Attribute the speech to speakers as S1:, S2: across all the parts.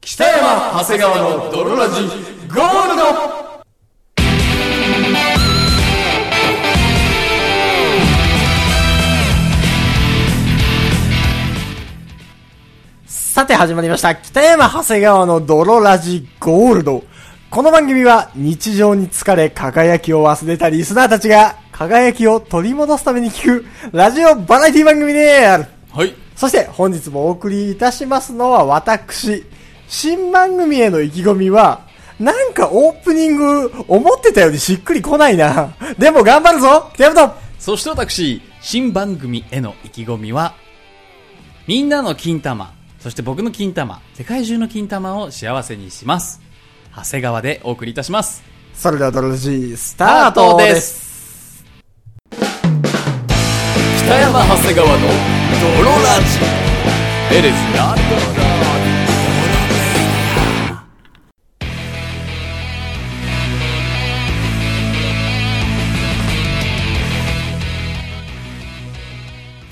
S1: 北山長谷川の泥ラジゴールドさて始まりました。北山長谷川の泥ラジゴールド。この番組は日常に疲れ輝きを忘れたリスナーたちが輝きを取り戻すために聞くラジオバラエティ番組である。
S2: はい。
S1: そして本日もお送りいたしますのは私。新番組への意気込みは、なんかオープニング思ってたよりしっくりこないな。 でも頑張るぞ北山と
S2: そして私、新番組への意気込みは、みんなの金玉、そして僕の金玉、世界中の金玉を幸せにします。長谷川でお送りいたします。
S1: それではドロラジスタートです。
S2: す。北山長谷川の泥ラジ。It is not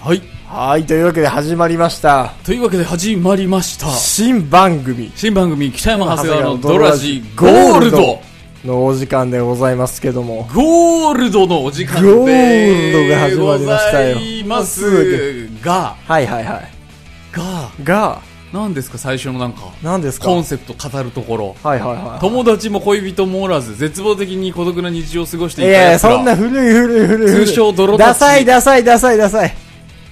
S2: はい。
S1: はい、というわけで始まりました。
S2: というわけで始まりました。
S1: 新番組
S2: 新番組、北山長谷川のドロラジゴールド
S1: のお時間でございますけども。
S2: ゴールドのお時間
S1: ゴールド
S2: で
S1: が始まりましたよ
S2: ございますが、
S1: はいはいはい。
S2: が、
S1: が、
S2: 何ですか最初のなんか、
S1: 何ですか
S2: コンセプト語るところ。
S1: はいはいはい。
S2: 友達も恋人もおらず、絶望的に孤独な日常を過ごしてい
S1: い
S2: た
S1: やいや、
S2: 奴ら
S1: そんな古い古い古い古い。
S2: 通称泥立ち
S1: ダサいダサいダサいダサい。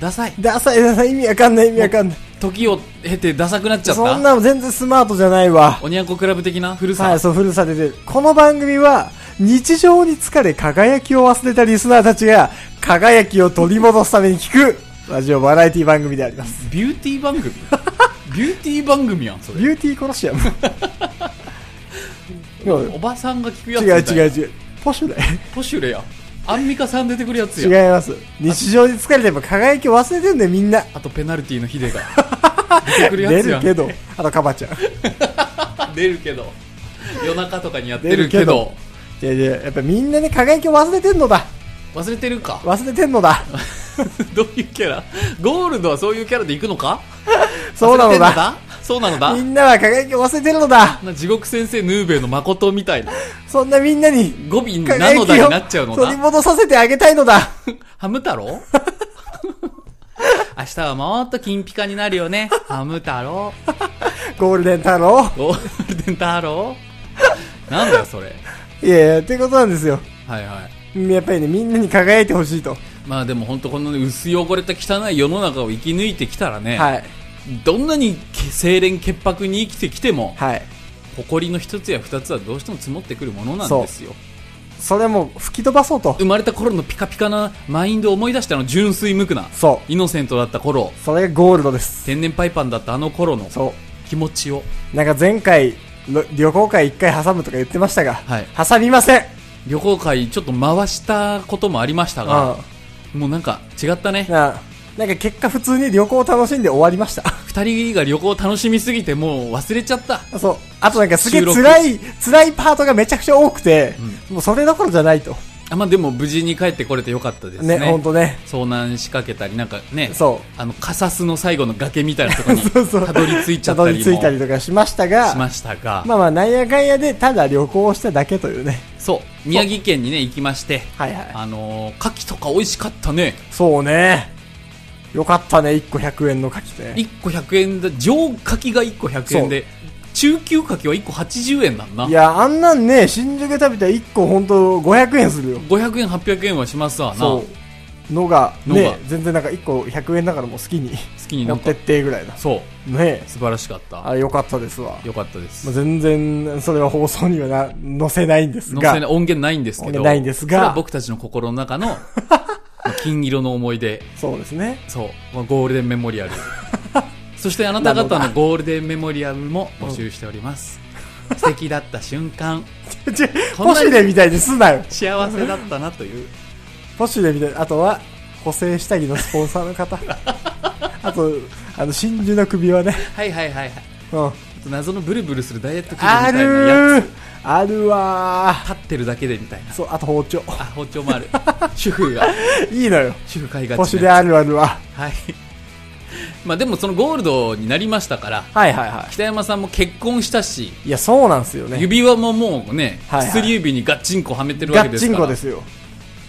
S2: ダサい。
S1: ダサいダサい意味わかんない意味わかんない。
S2: 時を経てダサくなっちゃった。
S1: そんなの全然スマートじゃないわ。
S2: おにゃんこクラブ的な古さ。
S1: はい、そう、古さで出る。この番組は、日常に疲れ輝きを忘れたリスナーたちが、輝きを取り戻すために聞く、ラジオバラエティ番組であり ます。
S2: ビューティー番組ビューティー番組やん、それ。
S1: ビューティーコロシア ム。違
S2: おばさんが聞くやつ
S1: う
S2: みたいな。
S1: 違う違う。ポシュレ。
S2: ポシュレや。アンミカさん出てくるやつ
S1: 違
S2: や
S1: い。ます。日常に疲れても輝きを忘れてんだよ、みんな。
S2: あとペナルティーのヒデが出てくるや
S1: 出
S2: つや
S1: る
S2: ん
S1: けど。あと、カバちゃん。
S2: 出るけど夜中とかにやって
S1: 出
S2: る
S1: る
S2: け
S1: け
S2: ど
S1: どいやいや、やっぱみんなね、輝きを忘れてんのだ。
S2: 忘れてるか
S1: 忘れてんのだ。
S2: どういうキャラゴールドはそういうキャラで行くのか
S1: そうなの
S2: 忘れてん
S1: だ。
S2: そうなのだ
S1: みんなは輝きを忘れてるのだ。
S2: な地獄先生ヌーベイの誠みたいな
S1: そんなみんなに
S2: 語尾な
S1: 輝
S2: の
S1: き
S2: だ
S1: を
S2: になっちゃうの
S1: 取り
S2: だ
S1: 戻させてあげたいの だ。
S2: ハム太郎明日はもっと金ピカになるよねハム太郎
S1: ゴールデン太郎。
S2: ゴールデン太郎なんだよそれ
S1: いやいや、ってことなんですよ。
S2: はいはい
S1: うんやっぱりね、みんなに輝いてほしいと。
S2: まあでも本当このね薄汚れた汚い世の中を生き抜いてきたらね、
S1: はい。
S2: どんなに清廉潔白に生きてきても、
S1: はい。
S2: 誇りの一つや二つはどうしても積もってくるものなんですよ。
S1: それも吹き飛ばそうと
S2: 生。まれた頃のピカピカなマインドを思い出したあの純粋無垢な、
S1: そう。
S2: イノセントだった頃、
S1: それがゴールドです。
S2: 天然パイパンだったあの頃の
S1: そ
S2: 気持ちを、
S1: う。なんか前回、ろ旅行会一回挟むとか言ってましたが、
S2: はい
S1: 挟みません。
S2: 旅行会ちょっと回したこともありましたが、
S1: う
S2: もうなんか違ったね
S1: ん。。ななんか結果普通に旅行を楽しんで終わりました。
S2: 二人が旅行を楽しみすぎてもう忘れちゃった。
S1: そう。あとなんかすげえ
S2: 収録
S1: 辛い、辛いパートがめちゃくちゃ多くて、もうそれどころじゃないと。
S2: あまあでも無事に帰ってこれてよかったですね。
S1: ね、ほんとね。
S2: 遭難しかけたり、なんかね、
S1: そ
S2: あの、カサスの最後の崖みたいなところに
S1: そうそう
S2: たどり着いちゃ
S1: た
S2: った
S1: ど
S2: り
S1: り
S2: も
S1: 着いたり
S2: し
S1: とかしましたが、
S2: ましたが、
S1: まあまあ、なんやかんやで、ただ旅行をしただけというね。
S2: そう、宮城県にね、行きまして、
S1: はいはい。
S2: あのー、牡蠣とか美味しかったね。
S1: そうね。よかったね、1個100円の牡蠣ね。
S2: 1個100円だ、上牡蠣が1個100円で、中級牡蠣は1個80円なんだ
S1: い。や、あんなんね、新宿で食べたら1個ほんと500円するよ。
S2: 500円、800円はしますわな。好
S1: そう。のが、
S2: の
S1: ね
S2: が、
S1: 全然なんか1個100円だからもう好きに
S2: きに
S1: 持
S2: な
S1: っ
S2: んか
S1: てっ、てぐらいだ。
S2: そう、
S1: ね
S2: 素晴らしかった。
S1: あれよかったですわ。
S2: よかったです
S1: まあ、。全然、それは放送にはな、載せないんです
S2: 載
S1: が。
S2: せない音源ないんですけ
S1: 音源
S2: ど、
S1: ないんですが
S2: それは僕たちの心の 中の金色の思い出。
S1: そうです ね。
S2: そう、まあゴールデンメモリ アル。そしてあなた方のゴールデンメモリアルも募集しております。素敵だった瞬 間、
S1: ちょ
S2: こんな
S1: ポ
S2: に
S1: シュレみたいにすなよ。
S2: 幸せだったなという。
S1: ポシュレみたいな。あとは、補正下着のスポンサーの 方。あと、あの、真珠の首輪ね。
S2: はいはいはいはい。
S1: うん。
S2: あと謎のブルブルするダイエット器具みた
S1: あ
S2: い
S1: る
S2: なや
S1: ーあるわ
S2: つ。立ってるだけでみたいな
S1: ー。そう、あと包丁。
S2: あ、包 丁もある。主婦が、
S1: いいのよ。
S2: 主婦買いがち、ね。
S1: ポシュレあるあるは。
S2: はい。まあでもそのゴールドになりましたから
S1: はいはいは
S2: 北山さんも結婚したし
S1: い。いや、そうなんですよね。
S2: 指輪ももうね、
S1: はいはい
S2: 薬指にガッチンコはめてるわ
S1: ガ
S2: けで
S1: ッ
S2: す
S1: チ
S2: か
S1: ンコ
S2: ら
S1: ですよ。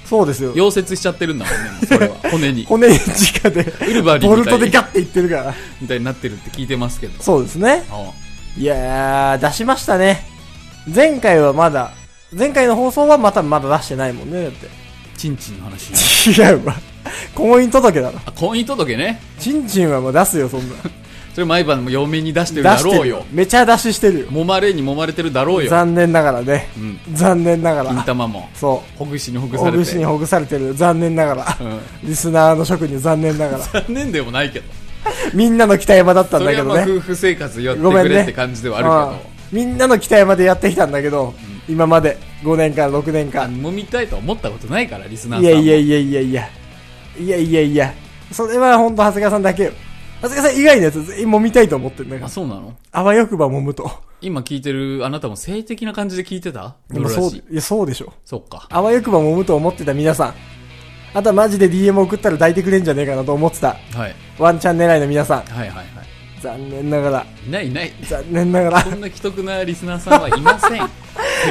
S1: そうですよ。
S2: 溶接しちゃってるんだもんねもうそれは骨に
S1: 骨に直で、
S2: ウルヴァリンみたいに
S1: ボルトでガッていってるから。
S2: みたいになってるって聞いてますけど
S1: そうですね。
S2: あ
S1: いやー、出しましたね。前回はまだ、前回の放送はまたまだ出してないもんね、だって。
S2: チンチンの話
S1: 違うわ。婚姻届だろ。
S2: あ婚姻届ね
S1: チンチンはもう出すよ、そ んな。
S2: それ毎晩も嫁に出して
S1: 出
S2: るだ
S1: して
S2: ろう
S1: る
S2: よ
S1: よ。めちゃ出ししてるよ。
S2: 揉まれに揉まれてるだろうよ
S1: 残念ながらね。
S2: うん
S1: 残念なが
S2: 金
S1: ら。
S2: 玉も
S1: そ
S2: ほぐしにほ
S1: う。
S2: ぐ
S1: ほ
S2: され
S1: ぐしに
S2: て
S1: ほぐされてる。残念ながら。
S2: うん
S1: リスナーの職人残念ながら。
S2: 残念でもないけど
S1: みんなの北山だったん
S2: そ
S1: だ
S2: れ
S1: け
S2: はま
S1: ど
S2: あ
S1: ね。
S2: 夫婦生活やって
S1: ごめ
S2: く
S1: ん
S2: れ
S1: ね
S2: って感じではあるけど
S1: うんみんなの北山でやってきたんだけど、今まで5年間、6年間。
S2: 飲みたいとは思ったことないからリスナー
S1: い
S2: さん
S1: や
S2: も
S1: いやいやいやいや。いやいやいや。それは本当長谷川さんだけよ。長谷川さん以外のやつ全員揉みたいと思ってるんだか
S2: あ
S1: ら。
S2: そうなの
S1: あわよくば揉むと。
S2: 今聞いてるあなたも性的な感じで聞いてた
S1: でも
S2: ドロ
S1: そ
S2: ラ
S1: う、
S2: ジ
S1: いや、そうでしょ。
S2: そっか
S1: あわよくば揉むと思ってた皆さん。あとはマジで DM 送ったら抱いてくれんじゃねえかなと思ってた。
S2: はい
S1: ワンチャン狙いの皆さん。
S2: はいはいは
S1: 残念ながら。
S2: いいないいない
S1: 残念ながら
S2: こ。んな奇特なリスナーさんはいません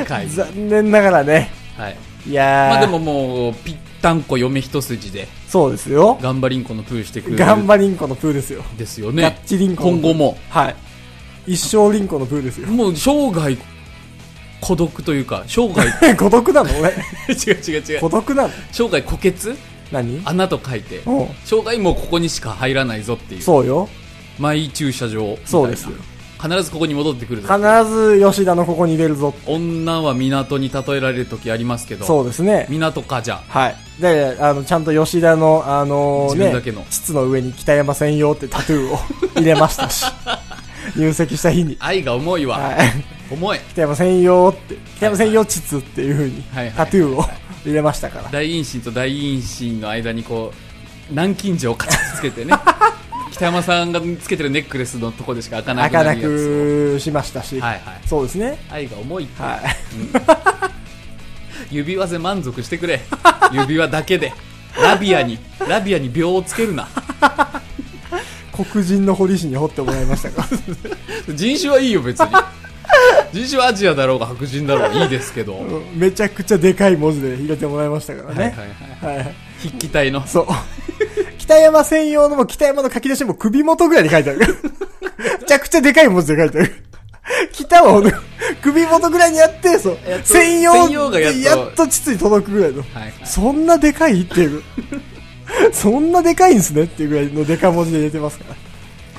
S2: 世界に
S1: 残念ながらね。
S2: はい
S1: いやー。
S2: まあでももうぴったんこ嫁一筋で
S1: そうですよ。
S2: 頑張りんこのプーしてくる
S1: ガンバリンコのプーですよ。
S2: ですよ
S1: ガ
S2: ね
S1: ッチリンコの
S2: 今後も
S1: はい。一生リンコのプーですよ。
S2: もう生涯孤独というか生 涯
S1: 孤独なの俺。
S2: 違う違う違う
S1: 孤独なの
S2: 生涯虎穴
S1: 何
S2: 穴と書いて
S1: うん。
S2: 生涯もうここにしか入らないぞっていう
S1: そうよ。
S2: マイ駐車場みたいな
S1: そうですよ
S2: 必ずここに戻ってくるぞ
S1: 必ず吉田のここに入れるぞ。
S2: 女は港に例えられる時ありますけど
S1: そうですね。
S2: 港かじゃあ
S1: はい。で、あの、ちゃんと吉田の、あの
S2: 自分
S1: ね
S2: だけの、
S1: 膣の上に北山専用ってタトゥーを 入れましたし、入籍した日に。
S2: 愛が重いわ、
S1: はい。
S2: 重い
S1: 北山専用って、北山専用膣っていう風に
S2: はいはい、
S1: タトゥーを 入れましたから。
S2: 大陰唇と大陰唇の間にこう南京錠をカチッとつ けてね北山さんがつけてるネックレスのとこでしか開かな
S1: 泣
S2: くな
S1: か
S2: るや
S1: な
S2: つ
S1: くしましたし、
S2: はいはい
S1: そうですね。
S2: 愛が重いって
S1: はい。
S2: 指輪で満足してくれ指輪だけでラビアにラビアに秒をつけるな
S1: 黒人の堀市に掘ってもらいましたから。
S2: 人種はいいよ別に人種はアジアだろうが白人だろうがいいですけど、は
S1: うんめちゃくちゃでかい文字で入れてもらいましたから
S2: いはい
S1: ね。
S2: はい
S1: はい。
S2: 筆記体の
S1: そう。 北山専用のも北山の書き出しも首元ぐらいに書いてある。めちゃくちゃでかい文字で書いてある。北はほんと首元ぐらいにやって、そう
S2: やっ。と
S1: 専用
S2: 専用がやっと
S1: やっと膣に届くぐらいの。
S2: はいはい
S1: そんなでかいっていう。そんなでかいんすねっていうぐらいのでか文字で入れてますから。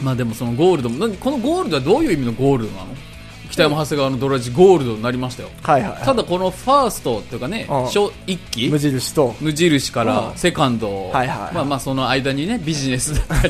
S2: まあでもそのゴールドもなんこのゴールドはどういう意味のゴールドなの北山長谷川のドラジゴールドになりましたよ
S1: はいはい
S2: ただこのファーストというかね
S1: うん
S2: 初一期
S1: 無印と、
S2: 無印か
S1: う
S2: ら
S1: ん
S2: セカンド、
S1: はいはいはい
S2: まあまあその間にねビジネスだった り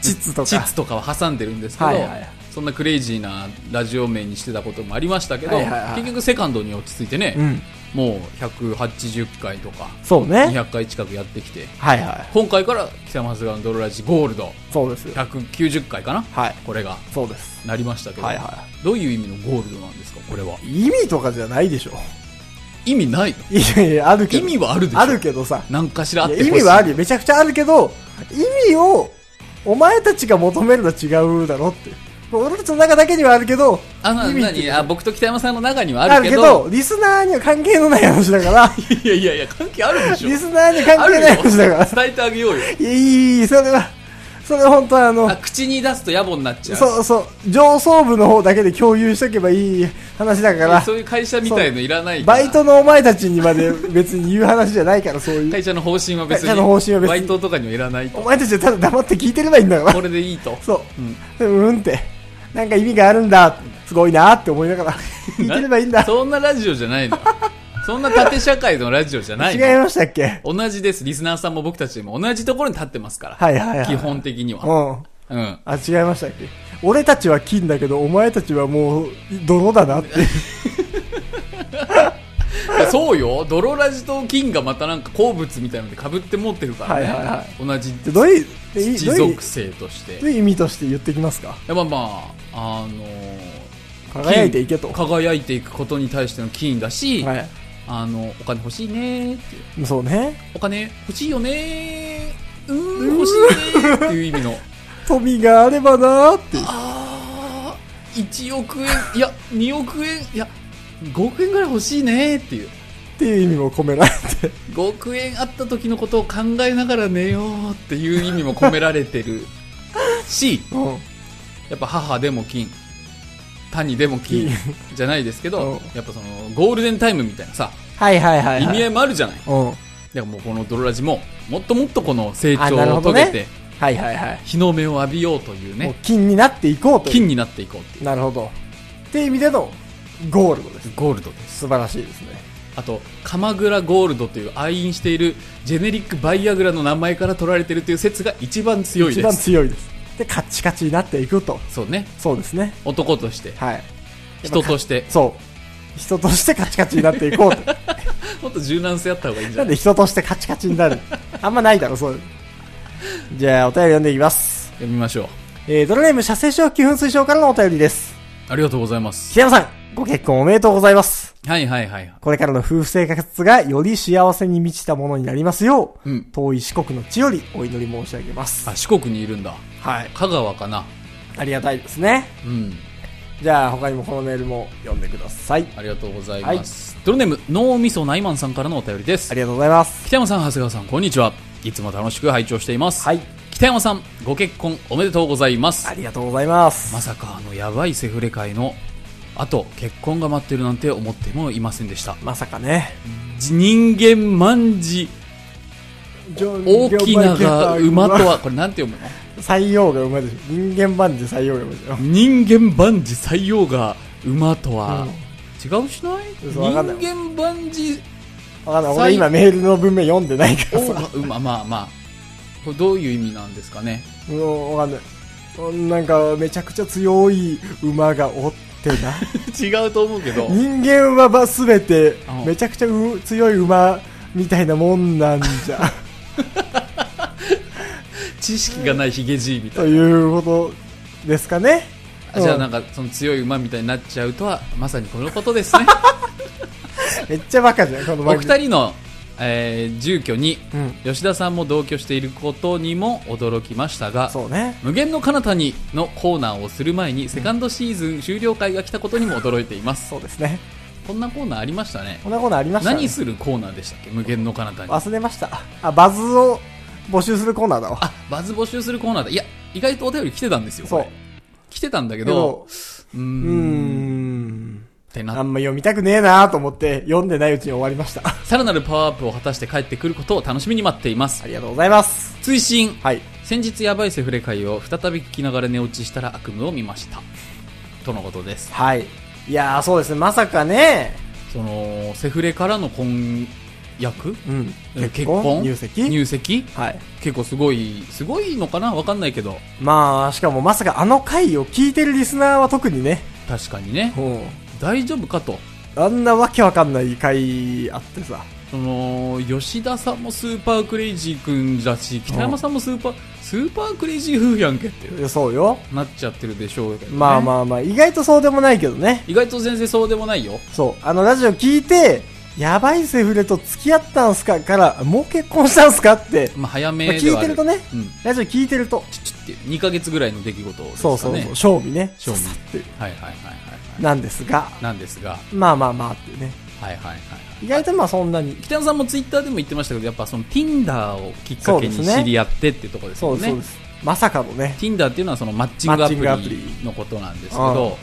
S1: チッツと
S2: チッ
S1: か
S2: ツ。とかは挟んでるんですけど、
S1: はいはいはい
S2: そんなクレイジーなラジオ名にしてたこともありましたけど、
S1: はいはいはい
S2: 結局セカンドに落ち着いてね、
S1: うん。
S2: もう180回とか
S1: そうね。
S2: 200回近くやってきて
S1: はいはい。
S2: 今回から北山長谷川のドロラジゴールド
S1: そうですよ。
S2: 190回かな
S1: はい。
S2: これが
S1: そうです。
S2: なりましたけど、
S1: はいは
S2: どういう意味のゴールドなんですかこれは
S1: 意味とかじゃないでしょ。
S2: 意味ないの
S1: いやいや、あるけ
S2: 意
S1: ど。
S2: 味はあるでしょ
S1: あるけどさ。
S2: なんかしらあっ
S1: い
S2: て
S1: や
S2: ほし
S1: 意
S2: い
S1: 味はあるよ。めちゃくちゃあるけど、意味を、お前たちが求めるのは違うだろっていう。俺たちの中だけにはあるけど、
S2: あの
S1: 意味っていう
S2: 何あ僕と北山さんの中には
S1: あ
S2: あ
S1: るけ
S2: るけ
S1: ど、
S2: ど
S1: リスナーには関係のない話だ から、
S2: いやいやいや関係あるでしょ
S1: リスナーには関係ない話だか
S2: あ
S1: ら
S2: るよ。伝えてあげようよ
S1: いやいい、それは、それは本当はあの
S2: あ、口に出すと野暮になっちゃう
S1: そうそう、上層部の方だけで共有しとけばいい話だから、
S2: そういう会社みたいのいらないから
S1: バイトのお前たちにまで別に言う話じゃないから、そういう。
S2: 会社の方針は別に
S1: 会社の方針は別に
S2: バイトとかにはいらない
S1: お
S2: と
S1: 前たちはただ黙って聞いてればいいんだから
S2: こ。れでいいと
S1: そう
S2: うん。
S1: でもうんって。なんか意味があるんだ。すごいなって思いながら。 聞いてればいいんだ。
S2: そんなラジオじゃないのよそんな縦社会のラジオじゃない
S1: 違い
S2: の
S1: ましたっけ
S2: 同じですリスナーさんも僕たちも同じところに立ってますから、
S1: はいはいはい。
S2: 基。本的には
S1: うん。
S2: うん
S1: あ、違いましたっけ俺たちは金だけど、お前たちはもう、泥だなって。
S2: いやそうよ泥ラジと金がまたなんか鉱物みたいので被って持ってるからね、
S1: はいはいは
S2: 同じ
S1: でどういう、えい
S2: 土
S1: どういう
S2: 属、性として
S1: どういう意味として言ってきますか
S2: やっぱまああのー
S1: 輝いていけと。
S2: 金輝いていくことに対しての金だし、
S1: は
S2: あのお金欲しいねーっていう
S1: い。そうね。
S2: お金欲しいよねーうーん欲しいねーっていう意味の
S1: 富があればなーって。
S2: あー1億円いや2億円いや5億円ぐらい欲しいねっていう
S1: っていう意味も込められて。
S2: 5億円あった時のことを考えながら寝ようっていう意味も込められてる し
S1: うん。
S2: やっぱ母でも金谷でも金
S1: 金
S2: じゃないですけ
S1: うん
S2: どやっぱそのゴールデンタイムみたいなさ
S1: はいはいはい、はい。
S2: 意味合いもあるじゃない
S1: うん。は
S2: でももうこの「ドロラジ」ももっともっとこの成長
S1: あなる
S2: を
S1: ほど
S2: 遂
S1: ね
S2: げて
S1: いはいはい。
S2: 日の目を浴びようとい
S1: も
S2: う
S1: う
S2: ね
S1: 金になっていこうという。
S2: 金になっていこうってい
S1: なるほど。っていう意味でのゴールドです。
S2: うゴールドです
S1: 素晴らしいですね。
S2: あと鎌倉ゴールドという愛飲しているジェネリックバイアグラの名前から取られているという説が一番強い
S1: 一
S2: で
S1: 番
S2: す
S1: 強いです。で、カッチカチになっていくと。
S2: そうね
S1: そうですね。
S2: 男として
S1: はい。
S2: 人として
S1: そう。人としてカチカチになっていこう と。
S2: もっと柔軟性あった方がいいんじ
S1: な
S2: ゃ
S1: ん
S2: ない
S1: で人としてカチカチになる。あんまないだろ、そういうの。じゃあ、お便り読んでいきます。
S2: 読みましょう
S1: えー、ドラネーム、射精小気噴水症からのお便りです。
S2: ありがとうございます
S1: 北山さん、ご結婚おめでとうございます。
S2: はいはいはい
S1: これからの夫婦生活がより幸せに満ちたものになりますよう、
S2: うん
S1: 遠い四国の地よりお祈り申し上げます。
S2: あ四国にいるんだ
S1: はい。
S2: 香川かな
S1: ありがたいですね。
S2: うん
S1: じゃあ、他にもこのメールも読んでください。
S2: ありがとうございます、ドルネーム脳みそナイマンさんからのお便りです
S1: ありがとうございます。
S2: 北山さん長谷川さんこんにちはいつも楽しく拝聴しています、
S1: はい。
S2: 北山さんご結婚おめでとうございます
S1: ありがとうございます。
S2: まさかあのやばいセフレ会のあと結婚が待ってるなんて思ってもいませんでした
S1: まさかね。
S2: じ人間万事大きなが馬とはこれなんて読むの
S1: 採用が馬でしょ。人間版で採用が馬でしょ。
S2: 人間万事採用が馬とは
S1: うん、
S2: 違うしない
S1: 嘘わかんない
S2: 人間万事
S1: わかんない。
S2: 採
S1: 俺今メールの文面読んでないから
S2: を
S1: さ。
S2: が馬まあまあこれどういう意味なんですかね
S1: うんわかんないうん。なんか、めちゃくちゃ強い馬がおって な。
S2: 違うと思うけど
S1: 人間はば全て
S2: うん
S1: めちゃくちゃう強い馬みたいなもんなんじ ゃ
S2: 知識がないヒゲじいみたい
S1: ということですかね
S2: なじゃあな
S1: うん
S2: んかその強い馬みたいになっちゃうとはまさにこのことです ね
S1: めっちゃバカじゃんこの
S2: お
S1: 番組
S2: 二人の、えー住居に
S1: うん
S2: 吉田さんも同居していることにも驚きましたが
S1: そうね
S2: 無限の彼方にのコーナーをする前にセカンドシーズン終了会が来たことにも驚いています
S1: そうですね
S2: こんなコーナーありましたね
S1: こんなことありました、ね、
S2: 何するコーナーでしたっけ無限の彼方に
S1: 忘れましたあバズを募集するコーナーだわ
S2: あバズ募集するコーナーだいや意外とお便り来てたんですよこれ
S1: そう
S2: 来てたんだけ
S1: け
S2: ど
S1: ど
S2: うー
S1: うんーん
S2: って
S1: あ
S2: なん
S1: ま読みたくねえなと思って読んでないうちに終わりました
S2: さらなるパワーアップを果たして帰ってくることを楽しみに待っています
S1: ありがとうございます
S2: 追伸
S1: はい
S2: 先日やばいセフレ会を再び聞きながら寝落ちしたら悪夢を見ましたとのことです
S1: はいいやーそうですねまさかね
S2: そのセフレからの婚約
S1: うん
S2: 結婚
S1: 入籍
S2: 入籍
S1: はい
S2: 結構すごいすごいのかなわかんないけど
S1: まあ、しかもまさかあの回を聞いてるリスナーは特にね、
S2: 確かにね大丈夫かと
S1: あんなわけわかんない回あってさ、
S2: その吉田さんもスーパークレイジー君だし北山さんもスーパースーパークレイジー風やんけって
S1: そうよ。
S2: なっちゃってるでしょうけど、ね、
S1: まあまあまあ、意外とそうでもないけどね。
S2: 意外と全然そうでもないよ
S1: そう、あのラジオ聞いて、やばいセフレと付き合ったんすかから、もう結婚したんすかって、
S2: まあ早
S1: まあ
S2: めで
S1: 聞い
S2: はあ
S1: て
S2: る
S1: るとね、
S2: うん
S1: ラジオ聞いてると、
S2: ちょちょって2ヶ月ぐらいの出来事ですかね
S1: そうそうそう、賞味ね、
S2: 賞味
S1: ささって
S2: はいはいはいはいは
S1: なんですが、
S2: いなんですがは
S1: まあまあまあっていうね。
S2: いはいはいはい
S1: 意外とまあそんなに。
S2: 北野さんもツイッターでも言ってましたけどやっぱその Tinder をきっか
S1: そ
S2: けに
S1: うですね
S2: 知り合ってっていうところです
S1: そ
S2: よ
S1: うです、
S2: ね
S1: そうです。まさかのね、
S2: Tinder っていうのはそのマッチングアプ
S1: マッチング
S2: リ
S1: アプ
S2: のことなんですけど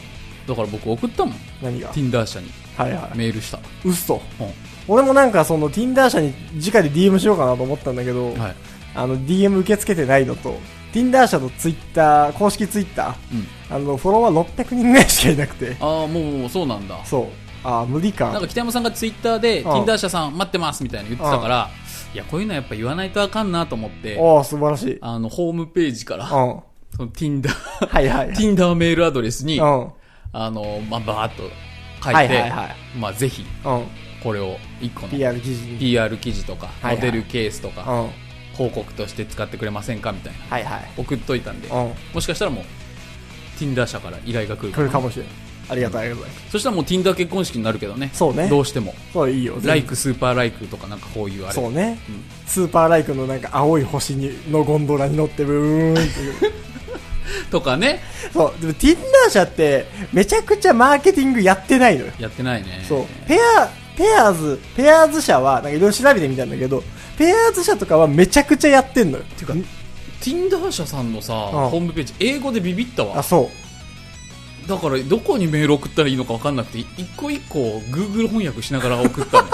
S2: だから僕送ったもん
S1: 何が。
S2: Tinder 社に
S1: はいはい。
S2: メールした、
S1: 嘘。
S2: う
S1: 俺もなんかその Tinder 社に直で DM しようかなと思ったんだけど、
S2: んはい
S1: あの DM 受け付けてないのと、Tinder 社の Twitter、公式 Twitter、
S2: うん、
S1: あの、フォロワー600人ぐらいしかいなくて、
S2: ああもうそうなんだ
S1: そう。ああ、無理
S2: なん
S1: か
S2: か。北山さんがツイッターで
S1: ああ
S2: Tinder 社さん待ってますみたいなの言ってたからいやこういうのはやっぱ言わないとあかんなと思って
S1: おお素晴らしい。
S2: あのホームページから
S1: うん。は
S2: その Tinder
S1: いはいはい。
S2: Tinder メールアドレスに
S1: うん。うん。
S2: あの、まあ、バーっと書いて、
S1: はいはいは
S2: まあ、ぜひ、
S1: うん。
S2: これを一個の
S1: PR 記事に。
S2: PR 記事とか、
S1: はいはい
S2: モデルケースと
S1: うん。
S2: か、
S1: はい
S2: 広告として使ってくれませんかみたいな、
S1: はい。
S2: 送っといたんで、
S1: う
S2: もしかしたらもう、Tinder 社から依頼が来る
S1: ん。
S2: か
S1: 来
S2: も
S1: るかもしれん。ありがたい、ありがたい。
S2: そしたらもう Tinder 結婚式になるけどね。
S1: そうね
S2: どうしても。
S1: そう、いいよ。
S2: ライク、スーパーライクとかなんかこういうあれ。
S1: そうね
S2: うん。
S1: スーパーライクのなんか青い星にのゴンドラに乗ってブーンっていう。
S2: とかね。
S1: そう、でも Tinder 社って、めちゃくちゃマーケティングやってないのよ。
S2: やってないね。
S1: そう、ペア、ペアーズ、ペアーズ社は、なんかいろいろ調べてみたんだけど、ペアーズ社とかはめちゃくちゃやってんのよ。て
S2: か Tinder 社さんのさ、
S1: うん
S2: ホームページ、英語でビビったわ
S1: あ、。そう。
S2: だから、どこにメール送ったらいいのか分かんなくて、一個一個、Google 翻訳しながら 送ったの。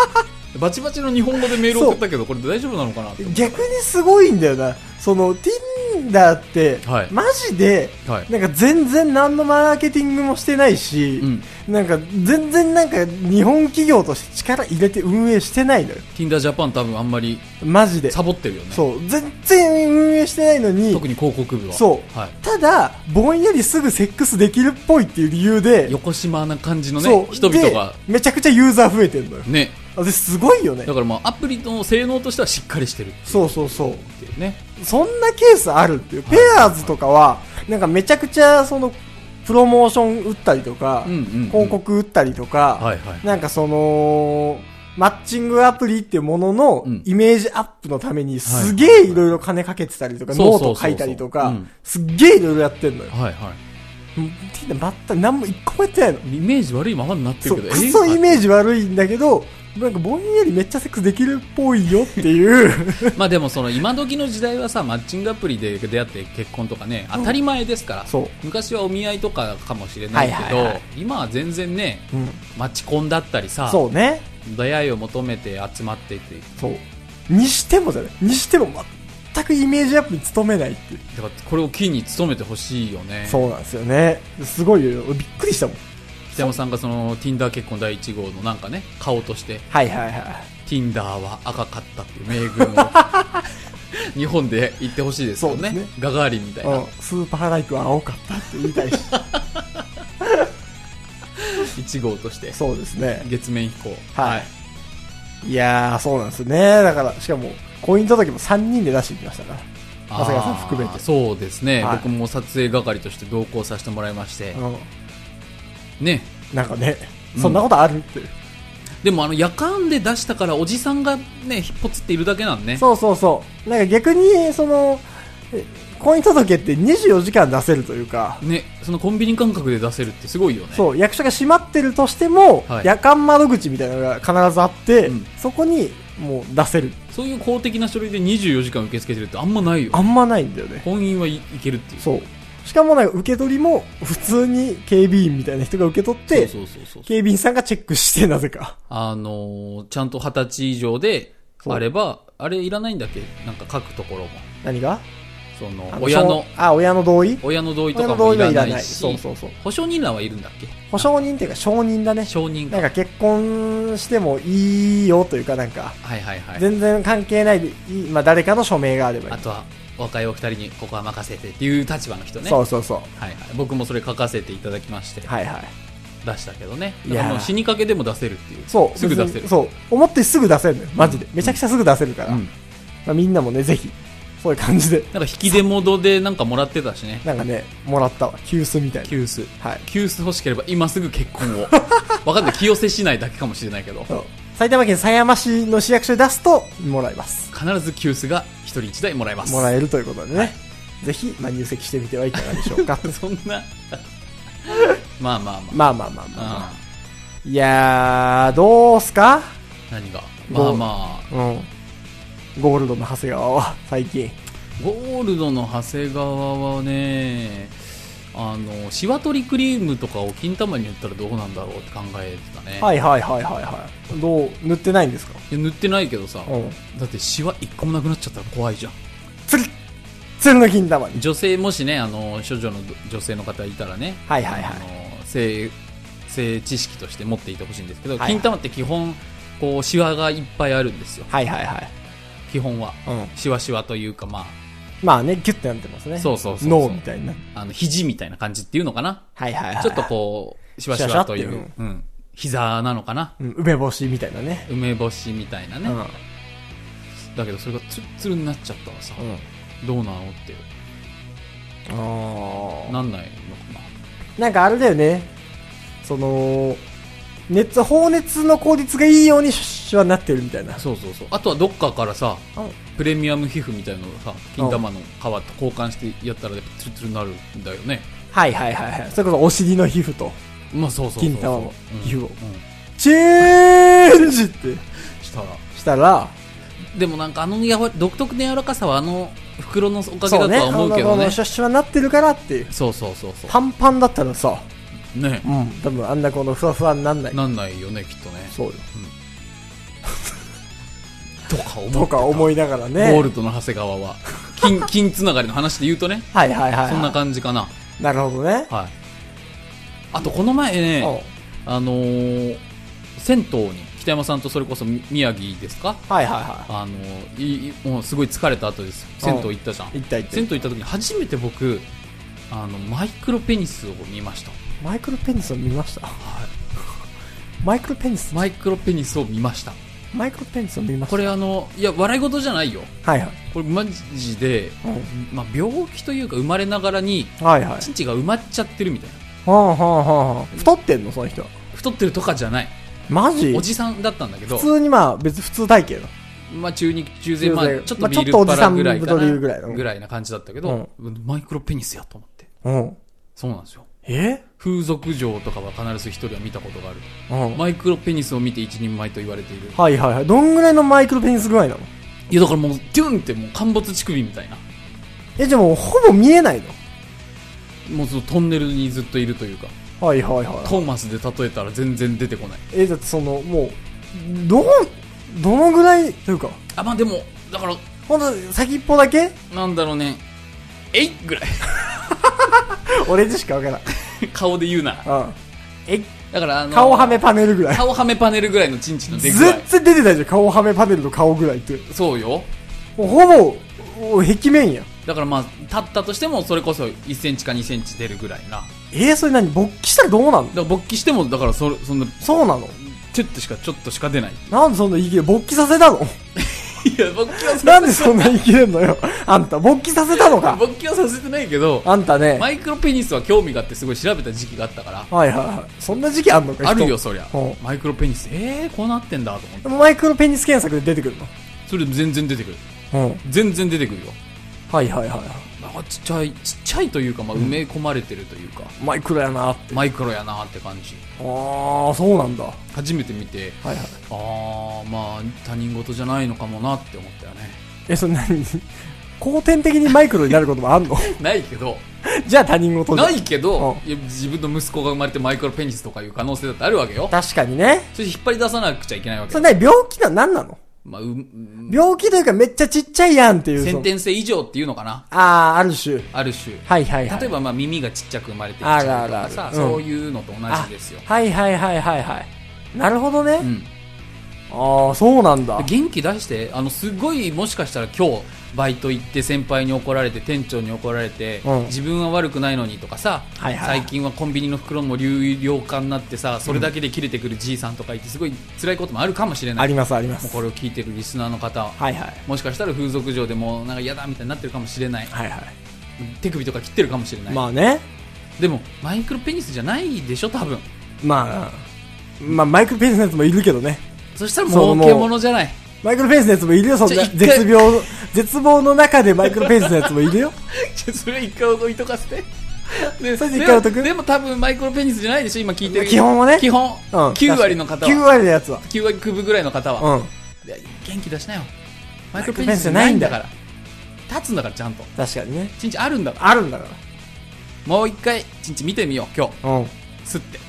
S2: バチバチの日本語でメール送ったけど、これ大丈夫なのかなって思って。
S1: 逆にすごいんだよな。その、Tinder って、
S2: はい
S1: マジで、
S2: はい。
S1: なんか全然何のマーケティングもしてないし、
S2: うん。
S1: なんか全然なんか日本企業として力入れて運営してないのよ。
S2: Tinder Japan 多分あんまり
S1: マジで。
S2: サボってるよね。
S1: そう、全然運営してないのに
S2: 特、に広告部は。
S1: そう
S2: はい。
S1: ただ、ぼんやりすぐセックスできるっぽいっていう理由で、
S2: 横島な感じの
S1: そ
S2: ね、
S1: う
S2: 人々が。
S1: でめちゃくちゃユーザー増えてるのよ。
S2: ね。
S1: あれすごいよね
S2: だ。からまあ、アプリの性能としてはしっかりしてるっ
S1: そうそうそう。
S2: ていうね。
S1: そんなケースあるっていう。ペアーズとかは、なんかめちゃくちゃ、その、プロモーション打ったりとか、
S2: うんうんうん
S1: 広告打ったりとか、
S2: はいはい。
S1: なんかその、マッチングアプリっていうものの
S2: うん
S1: イメージアップのためにすげえいろいろ金かけてたりとか、
S2: そうそ
S1: ノ
S2: う
S1: ー
S2: そ
S1: ト
S2: うそう
S1: 書いたりと
S2: う
S1: か
S2: ん、
S1: すっげえいろいろやってんのよ。
S2: はいはい。
S1: てか全く何も一個もやってないの。
S2: イメージ悪いままになって
S1: そう、
S2: るけど、
S1: クソイ
S2: ー
S1: メージ悪いんだけど、なんかぼんやりめっちゃセックスできるっぽいよっていう。
S2: ジ。まあでもその今時の時代はさ、マッチングアプリで出会って結婚とかね、当たり前ですから、
S1: そう
S2: 昔はお見合いとかかもしれないけど、
S1: はいはいはい
S2: 今は全然ね、
S1: うん
S2: マチコンだったりさ、
S1: そうね。
S2: 出会いを求めて集まってって、
S1: そう。にしてもじゃない。にしても全くイメージアップに努めないっていう。
S2: だからこれを機に努めてほしいよね。
S1: そうなんですよね。すごいよ。俺びっくりしたもん。
S2: 北山さんがその Tinder 結婚第1号のなんかね、顔として、
S1: はいはいはい。
S2: Tinder は赤かったっていう名軍を 日本で言ってほしいですよね
S1: そうです
S2: ガガーリンみたい
S1: う
S2: な、
S1: ん、スーパーライクは青かったって言い たいし
S2: 1号として
S1: そうですね
S2: 月面飛行
S1: はいいやーそうなんですよねだからしかも婚姻届も3人で出していきましたから
S2: あー
S1: 朝香さん含めて
S2: そうですね、
S1: はい
S2: 僕も撮影係として同行させてもらいまして、
S1: うん
S2: ね
S1: なんかね
S2: うん
S1: そんなことあるっていう、
S2: でもあの夜間で出したからおじさんがねひっぽつっているだけなんね
S1: そうそうそうなんか逆にそのえ婚姻届って24時間出せるというか、
S2: ねそのコンビニ感覚で出せるってすごいよね
S1: そう役所が閉まってるとしても、
S2: はい
S1: 夜間窓口みたいなのが必ずあって、
S2: うん
S1: そこにもう出せる
S2: そういう公的な書類で24時間受け付けてるってあんまないよ
S1: あんまないんだよね
S2: 婚姻はい、いけるっていう
S1: そうしかもなんか受け取りも普通に警備員みたいな人が受け取って
S2: そうそうそうそう
S1: 警備員さんがチェックして、なぜか。
S2: あのーちゃんと二十歳以上で
S1: そう
S2: あれば、あれいらないんだっけなんか書くところも。
S1: 何が
S2: その
S1: あ、
S2: 親の
S1: そう、あ、親の同意
S2: 親の同意と
S1: 親
S2: か
S1: の同
S2: もい
S1: 意は
S2: ら
S1: いら
S2: な
S1: ない。
S2: いし、
S1: そうそうそう。
S2: 保証人欄はいるんだっけ
S1: 保証人っていうか、承認だね。
S2: 承認
S1: なん
S2: か。
S1: か結婚してもいいよというか、なんか、
S2: はいはいはい。
S1: 全然関係ないでいい、まあ誰かの署名があればい
S2: あ
S1: い。
S2: とは、お若いお二人にここは任せてっていう立場の人ね。
S1: そうそうそう。
S2: はいはい。僕もそれ書かせていただきまして、
S1: はいはい。
S2: 出したけどね。
S1: い
S2: だ
S1: やー
S2: からもう死にかけでも出せるっていう。
S1: そう。
S2: すぐ出せ
S1: 別
S2: る。
S1: にそう。思ってすぐ出せるのよ。マジで。めちゃくちゃすぐ出せるから。
S2: う
S1: ま
S2: ん。
S1: あみんなもね、ぜひ、そういう感じで、
S2: なんか引き出物でなんかもらってたしね。
S1: なんかね、もらったわ。急須みたいな。
S2: 急須。
S1: はい。
S2: 急須欲しければ今すぐ結 婚を。わかんない。清瀬市内だけかもしれないけど。
S1: そう埼玉県狭山市の市役所で出すと、もらえます。
S2: 必ず急須が一人一台もらえます
S1: もらえるということでね、ぜひ、まあ、入籍してみてはいかがでしょうか
S2: そんなまあま
S1: まあま
S2: あま
S1: あまあまあ、まあ、
S2: あ
S1: いやーどうすか
S2: うん何がま
S1: ゴ
S2: あ
S1: ー
S2: まあ
S1: うんゴールドの長谷川は最近
S2: ゴールドの長谷川はねあのしわ取りクリームとかを金玉に塗ったらどうなんだろうって考えてたね、、
S1: はいいはいはいはいはいどう塗ってないんですか
S2: や塗ってないけどさ、
S1: うん
S2: だってシワ一個もなくなっちゃったら怖いじゃん
S1: つるつるの金玉に
S2: 女性もしねあの処女の女性の方いたらね
S1: はいはいはい
S2: あの性性知識として持っていてほしいんですけど、
S1: はいはい
S2: 金玉って基本こうシワがいっぱいあるんですよ
S1: はいはいはい
S2: 基本は
S1: うん
S2: シワシワというかま
S1: まあねギュッてなってますね
S2: そうそうそうそう
S1: 脳みたいな
S2: ああの肘みたいな感じっていうのかな
S1: はいはいはい
S2: ちょっとこうシワシワという
S1: シワシワって
S2: うん、膝なのかな
S1: う、うん、梅干しみたいなね
S2: 梅干しみたいなね、
S1: うん
S2: だけどそれがツルッツルになっちゃったらさ、
S1: うん
S2: どうなのって
S1: あー
S2: なんないのか
S1: なんかあれだよね、その、熱、放熱の効率がいいようにしシワになってるみたいな。
S2: そうそうそうあとはどっかからさプレミアム皮膚みたいなのをさ金玉の皮と交換してやったらやっぱツルツルになるんだよね
S1: はいはいはいはい。それこそお尻の皮膚と、
S2: まあそうそうそうそ
S1: 金
S2: う
S1: 玉の皮膚を。
S2: うん、うん
S1: チェンジって
S2: したら
S1: したら、
S2: でもなんかあのやわ独特の柔らかさはあの袋のおかげ
S1: そ
S2: だ
S1: う
S2: と
S1: ね、
S2: は思うけどね
S1: のシワシワになってるからっていう。
S2: そうそうそうそ
S1: パンパンだったらさ、
S2: うね
S1: うん、多分あんなこのふわふわになんない。
S2: なんないよねきっとね
S1: そうよ。
S2: とか思
S1: とか思いながらね。
S2: ゴールドの長谷 川は金金つながりの話で言うとね
S1: はいはいはいはい。
S2: そんな感じかな
S1: なるほどね。
S2: はいあとこの前ね
S1: う
S2: あのー銭湯に北山さんとそれこそみ宮城ですか
S1: んはいはいは
S2: あのーいいもうすごい疲れた後です銭湯行ったじゃん
S1: い。一体
S2: 銭湯行った時に初めて僕あのマイクロペニスを見ました
S1: マイクロペニスを見ました。
S2: はい
S1: マイクロペニス
S2: マイクロペニスを見ました
S1: マイクロペニスを見ました。
S2: これあのいや笑い事じゃないよ
S1: はいはい。
S2: これマジで、まあ、病気というか生まれながらに
S1: はいはい。
S2: チンチが埋まっちゃってるみたいな
S1: はあはあはあはあ。太ってんのその人は。
S2: 太ってるとかじゃない
S1: マジ
S2: おじさんだったんだけど
S1: 普、通にまあ別に普通体型の。
S2: まあ、中肉中背、まあ、
S1: 中背
S2: ちょっとビールっ腹ぐらいかな、
S1: まあちょっとおじさん太りぐらいの
S2: ぐらいな感じだったけど、マイクロペニスやと思って
S1: うん。
S2: そうなんですよ
S1: え
S2: 風俗嬢とかは必ず一人は見たことがある
S1: うん。
S2: マイクロペニスを見て一人前と言われている
S1: はいはいはい。どんぐらいのマイクロペニス具合なの
S2: いやだからもうデュンってもう陥没乳首みたいな
S1: え、じゃあもうほぼ見えないの
S2: もうそのトンネルにずっといるというか
S1: はいはいはい。
S2: トーマスで例えたら全然出てこない
S1: え、だってその、もう、どう、どのぐらい、というか、
S2: あまあでもだから
S1: ほんと先っぽだけ
S2: なんだろうねえいぐらい
S1: 俺でしかわからん。
S2: 顔で言うな
S1: うん。え、
S2: だからあの
S1: 顔はめパネルぐらい。
S2: 顔はめパネルぐらいのチンチの出
S1: 全
S2: 具合
S1: 然出てないじゃん、顔はめパネルの顔ぐらいって。
S2: そうよ
S1: もうほぼ、お壁面やん。
S2: だからまあ立ったとしてもそれこそ1センチか2センチ出るぐらいなだか
S1: えー、それ何勃起したらどうなんの
S2: ら勃起してもだからそそんな
S1: そうなの
S2: ちょっとしかちょっとしか出 ない
S1: なんでそんな言い切れ、勃起させたの
S2: いや勃起は
S1: なんでそんな言い切れんのよ。あんた、勃起させたのか。
S2: 勃起はさせてないけど
S1: あんたね。
S2: マイクロペニスは興味があってすごい調べた時期があったから
S1: はいはいはい。そんな時期あんのか人
S2: あるよそりゃ
S1: うん
S2: マイクロペニスえー、こうなってんだと思って
S1: マイクロペニス検索で出てくる
S2: それ全然出てくる
S1: の。うん。
S2: 全然出てくるよ
S1: はいはいはいは
S2: あちっちゃいちっちゃいというか、まあ、埋め込まれてるというか、
S1: い。マイクロやな。あ
S2: マイクロやなって感じ
S1: あ、そうなんだ。は
S2: 初めて見て
S1: いはい。
S2: ああまあ他人事じゃないのかもなって思ったよね
S1: え、それ何 後天的にマイクロになることもあんの
S2: ないけど
S1: じゃあ他人事じゃん
S2: ないけど
S1: う
S2: いや自分の息子が生まれてマイクロペニスとかいう可能性だってあるわけよ
S1: 確かにね。
S2: そして引っ張り出さなくちゃいけないわけ
S1: それ何病気なの何なの
S2: まあ、ううん
S1: 病気というかめっちゃちっちゃいやんっていう。そ
S2: 先
S1: の
S2: 天性異常っていうのかな
S1: ああ、ある種。
S2: ある種
S1: はいはいはい。
S2: 例え
S1: ば、
S2: ばまあ耳がちっちゃく生まれてきち
S1: あ
S2: ゃ
S1: ら
S2: う
S1: あ
S2: と
S1: らあ
S2: か
S1: る
S2: さ
S1: うん
S2: そういうのと同じですよ
S1: はいはいはいはいはい。なるほどね。
S2: うん
S1: ああ、そうなんだ。
S2: 元気出してあのすごいもしかしたら今日バイト行って先輩に怒られて店長に怒られて、
S1: うん
S2: 自分は悪くないのにとかさ、
S1: はいはい
S2: 最近はコンビニの袋も流量化になってさそれだけで切れてくるじいさんとかいてすごい辛いこともあるかもしれな
S1: あ
S2: い、
S1: りますありま
S2: もう
S1: す。
S2: これを聞いてるリスナーの方は
S1: はいはい。
S2: もしかしたら風俗嬢でもうなんか嫌だみたいになってるかもしれない
S1: はいは。
S2: 手首とか切ってるかもしれないい、
S1: まあね。
S2: でもマイクロペニスじゃないでしょ多分
S1: まあ、まあ、マイクロペニスのやつもいるけどね。
S2: そしたら
S1: そう
S2: 儲
S1: もう
S2: け者じゃない
S1: マイクロペニスのやつもいるよ、そん
S2: ちょ
S1: な。
S2: 一回
S1: 絶病、絶望の中でマイクロペニスのやつもいるよ。
S2: ちょ それ一回置いとかせて。で
S1: それで一回置いとく
S2: でもでも多分マイクロペニスじゃないでしょ今聞いてる。
S1: 基本はね
S2: 基本。
S1: うん。
S2: 9割の方
S1: 9
S2: は。
S1: 割のやつは。
S2: 9割9分ぐらいの方は。
S1: うん。
S2: いや元気出しなよ。マイク
S1: クロペ
S2: ロペニ
S1: ニ
S2: ス
S1: ス
S2: じ
S1: じ
S2: ゃ
S1: ゃ
S2: な
S1: ないい
S2: ん
S1: ん
S2: だ
S1: だ
S2: か
S1: から
S2: ら。立つんだからちゃんと。
S1: 確かにね。
S2: チンチあるんだから。
S1: あるんだか
S2: もう一回、チンチ見てみよう、今日。
S1: ら。うん。
S2: すって。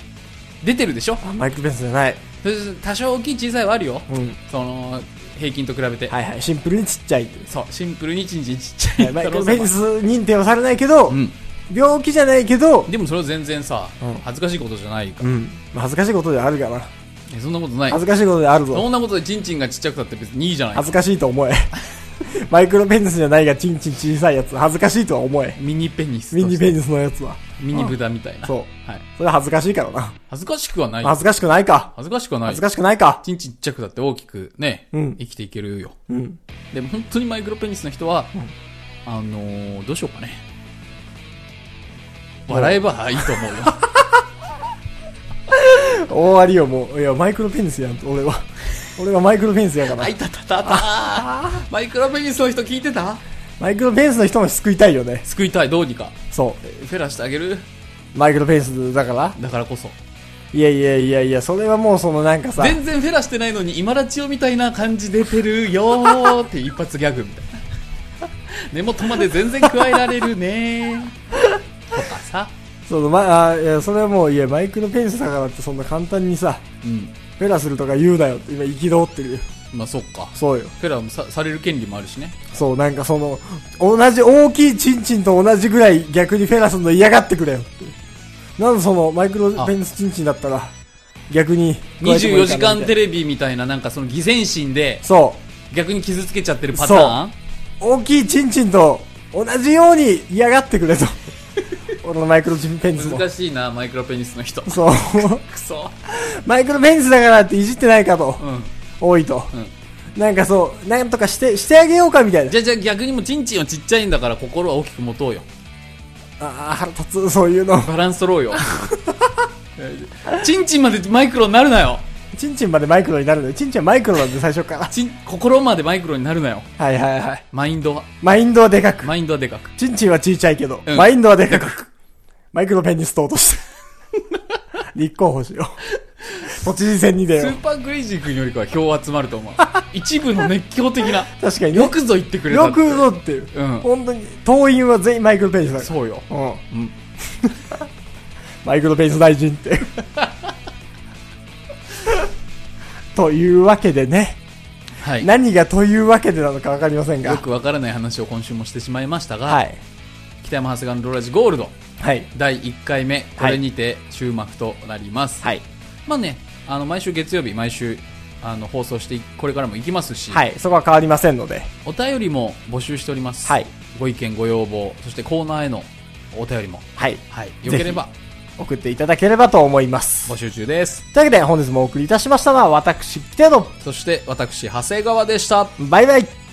S2: 出てるでしょ
S1: あマイクロペニスじゃない。
S2: そして多少大きい小さいはあるよ。
S1: うん。
S2: その、平均と比べて。
S1: はいはい。シンプルにちっちゃい。
S2: そう、シンプルにチンチちっち
S1: は
S2: ゃ
S1: い
S2: い。
S1: マイクロペニス認定はされないけど
S2: う、ん。
S1: 病気じゃないけど、
S2: でもそれは全然さ
S1: うん、
S2: 恥ずかしいことじゃないか
S1: う
S2: ら。
S1: ん。まあ恥ずかしいことではあるかな。
S2: えそんなことない
S1: 恥。ずかしいことであるぞ。
S2: そんなことでチンチンがちっちゃくたって別にいいじゃない
S1: 恥ずかしいと思え。 マイクロペニスじゃないが、チンチン小さいやつ。恥ずかしいとは思え。
S2: ミニペニスと
S1: ミ
S2: して。
S1: ニペニスのやつは。
S2: ミニ豚みたいな。
S1: そう。
S2: はい。
S1: それは恥ずかしいからな。
S2: 恥ずかしくはない。
S1: 恥ずかしくないか。
S2: 恥ずかしくはな
S1: 恥
S2: い
S1: ず。かしくないか。
S2: チンチンちっちゃくだって大きくね、
S1: うん
S2: 生きていけるよ。
S1: うん。
S2: でも本当にマイクロペニスの人は、あのー、どうしようかね。笑えばいいと思うよ。
S1: 終わりよ、もう。いや、マイクロペニスやんと、俺は。俺はマイクロフェンスやから
S2: あ。いたたたた マイクロペニスの人聞いてた
S1: マイクロフェンスの人も救いたいよね。
S2: 救いたいどうにか
S1: そ
S2: フェラしてあげる
S1: う。マイクロフェンスだから。
S2: だからこそ
S1: いやいやいやいや、それはもうそのなんかさ、
S2: 全然フェラしてないのに今ラチオみたいな感じ出てるよーって一発ギャグみたいな 根元まで全然加えられるねーとかさ
S1: そのま、あいや、それはもう、いや、マイクロフェンスだからってそんな簡単にさ、
S2: うん
S1: フェラするとか言うなよって今憤ってるよ。
S2: まあそっか
S1: そうよ。
S2: フェラもさされる権利もあるしね
S1: そう、なんかその、同じ大きいチンチンと同じぐらい逆にフェラするの嫌がってくれよってなんでそのマイクロフェンスチンチンだったら、逆に加えてもいい
S2: 24
S1: かなみたいな。
S2: 時間テレビみたいななんかその偽善心で
S1: そう。
S2: 逆に傷つけちゃってるパターン
S1: 大きいチンチンと同じように嫌がってく れと。俺のマイクロチンペンスも。
S2: 難しいなマイクロペニスの人く
S1: そう。
S2: そ
S1: マイクロペンスだからっていじってないかと。
S2: うん
S1: 多いと。
S2: うん
S1: なんかそう、なんとかして、してあげようかみたいな
S2: じ。ゃあじゃあ逆にもうチンチンはちっちゃいんだから心は大きく持とうよ
S1: ああ、腹立つ、そういうの。
S2: バランス取ろうよチンチンまでマイクロになるなよ
S1: チンチンまでマイクロになるのよ。チンチンはマイクロなんで最初から。
S2: チン心までマイクロになるなよ
S1: はいはいはい。
S2: マインドは
S1: マインドはでかく。
S2: マインドはでかく
S1: チンチンは小さいけど、
S2: うん
S1: マインドはでかく。マイクロペンにスト落と して。立候補しよう。都知事選に出
S2: ス
S1: よう
S2: ー。パークレイジー君よりかは票集まると思う一部の熱狂的な
S1: 確かにね
S2: よくぞ言ってくれた
S1: よくぞっていう、
S2: うん
S1: 本当に党員は全員マイクロペンスだか
S2: そうよ
S1: らう、ん
S2: うん
S1: マイクロペンス大臣って というわけでね
S2: はいよ
S1: 何がというわけでなのか分かりませんが
S2: くわからない話を今週もしてしまいましたが、
S1: はい
S2: 北山長谷川のローラジゴールド
S1: はい
S2: 第1回目これにて終幕となります、
S1: はい、
S2: まあねあの毎週月曜日毎週あの放送していこれからも行きますし、
S1: はい、そこは変わりませんので
S2: お便りも募集しております、
S1: はい
S2: ご意見ご要望そしてコーナーへのお便りも、
S1: はい
S2: はい、
S1: ひ
S2: よければ
S1: 送っていただければと思います
S2: 募集中です
S1: というわけで本日もお送りいたしましたのは私ピテの
S2: そして私長谷川でした
S1: バイバイ